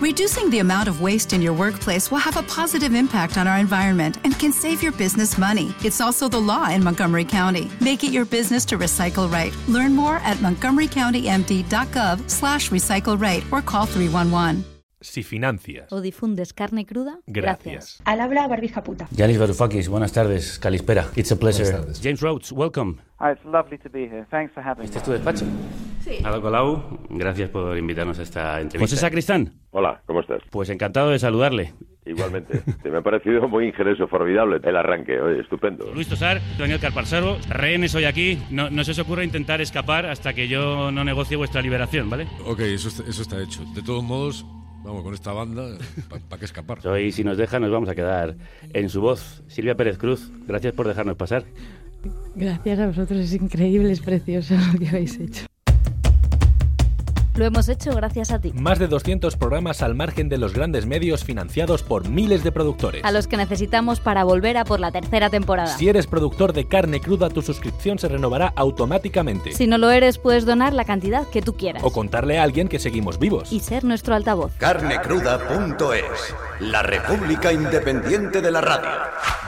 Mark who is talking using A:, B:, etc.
A: Reducing the amount of waste in your workplace will have a positive impact on our environment and can save your business money. It's also the law in Montgomery County. Make it your business to recycle right. Learn more at montgomerycountymd.gov slash recycle right or call 311.
B: Si financias.
C: o difundes carne cruda,
B: Gracias.
D: Al habla Barbija Puta.
E: Yanis Varoufakis, buenas tardes. Calispera, it's a pleasure. James Rhodes, welcome.
F: Hi, Ah, it's lovely to be here. Thanks for having
E: Este
F: me.
E: es tu despacho.
G: Ada Colau, gracias por invitarnos a esta
E: José
G: entrevista.
E: Sacristán,
H: Hola, ¿cómo estás?
E: pues encantado de saludarle.
H: Igualmente. Te me ha parecido muy ingenioso, formidable el arranque. Oye, estupendo.
G: Luis Tosar, Daniel Carparsaro, rehenes hoy aquí. No, no se os ocurra intentar escapar hasta que yo no negocie vuestra liberación, ¿vale?
I: Ok, eso está, eso está hecho. De todos modos, vamos, con esta banda, ¿para qué escapar?
G: Hoy, si nos deja, nos vamos a quedar en su voz. Silvia Pérez Cruz, gracias por dejarnos pasar.
J: Gracias a vosotros, es increíble, es precioso lo que habéis hecho.
C: Lo hemos hecho gracias a ti.
B: Más de 200 programas al margen de los grandes medios financiados por miles de productores.
C: A los que necesitamos para volver a por la tercera temporada.
B: Si eres productor de carne cruda, tu suscripción se renovará automáticamente.
C: Si no lo eres, puedes donar la cantidad que tú quieras.
B: O contarle a alguien que seguimos vivos.
C: Y ser nuestro altavoz.
K: Carnecruda.es, la República Independiente de la Radio.